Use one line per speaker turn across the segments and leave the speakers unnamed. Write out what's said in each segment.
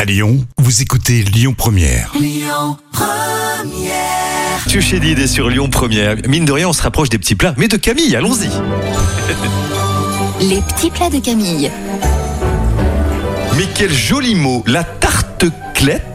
À Lyon, vous écoutez Lyon Première.
Tu chez Did sur Lyon Première. Mine de rien, on se rapproche des petits plats, mais de Camille, allons-y.
Les petits plats de Camille.
Mais quel joli mot, la tarteclette.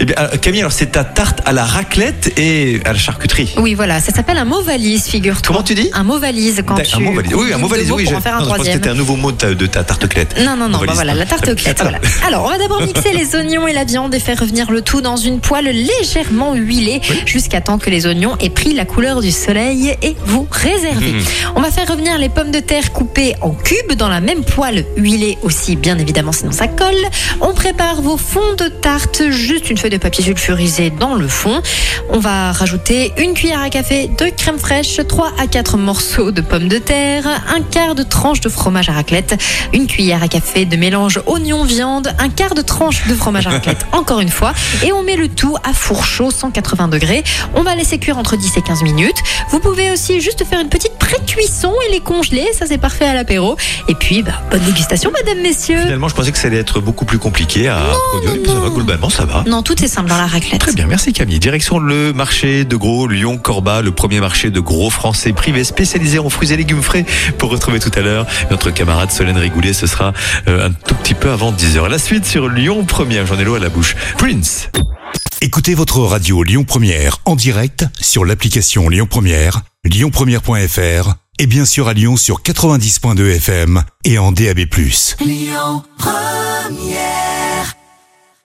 Eh bien, euh, Camille, alors c'est ta tarte à la raclette et à la charcuterie.
Oui, voilà, ça s'appelle un mot valise, figure-toi.
Comment tu dis Ben,
Un mot valise quand tu.
Un mot valise. Oui, un mot valise.
deux mots
Oui,
pour
j'ai-
en faire un
non, je pense que
troisième.
c'était un nouveau mot de ta, de ta tarteclette.
Non, non,
Mot
non, bah
valise.
voilà, la tarteclette.
Ah,
Voilà. Alors, on va d'abord mixer les oignons et la viande et faire revenir le tout dans une poêle légèrement huilée jusqu'à temps que les oignons aient pris la couleur du soleil et vous réservez.
Mhm.
On va faire revenir les pommes de terre coupées en cubes dans la même poêle huilée aussi, bien évidemment, sinon ça colle. On prépare vos fonds de tarte, juste une feuille de papier sulfurisé dans le fond. On va rajouter une cuillère à café de crème fraîche, 3 à 4 morceaux de pommes de terre, un quart de tranche de fromage à raclette, une cuillère à café de mélange oignon-viande, un quart de tranche de fromage à raclette, encore une fois, et on met le tout à four chaud 180 degrés. On va laisser cuire entre 10 et 15 minutes. Vous pouvez aussi juste faire une petite pré-cuisson et les congeler, ça c'est parfait à l'apéro. Et puis, bah, bonne dégustation, madame, messieurs.
Finalement, je pensais que ça allait être beaucoup plus compliqué à produire.
non,
Et puis ça va,
non.
globalement, ça va.
Non, tout est simple dans la raclette.
Très bien, merci Camille. Direction le marché de gros Lyon-Corba, le premier marché de gros français privé spécialisé en fruits et légumes frais. Pour retrouver tout à l'heure notre camarade Solène Rigoulet, ce sera euh, un tout petit peu avant 10h. La suite sur Lyon Première, j'en ai l'eau à la bouche. Prince.
Écoutez votre radio Lyon Première en direct sur l'application Lyon Première, lyonpremière.fr et bien sûr à Lyon sur 90.2 FM et en DAB+.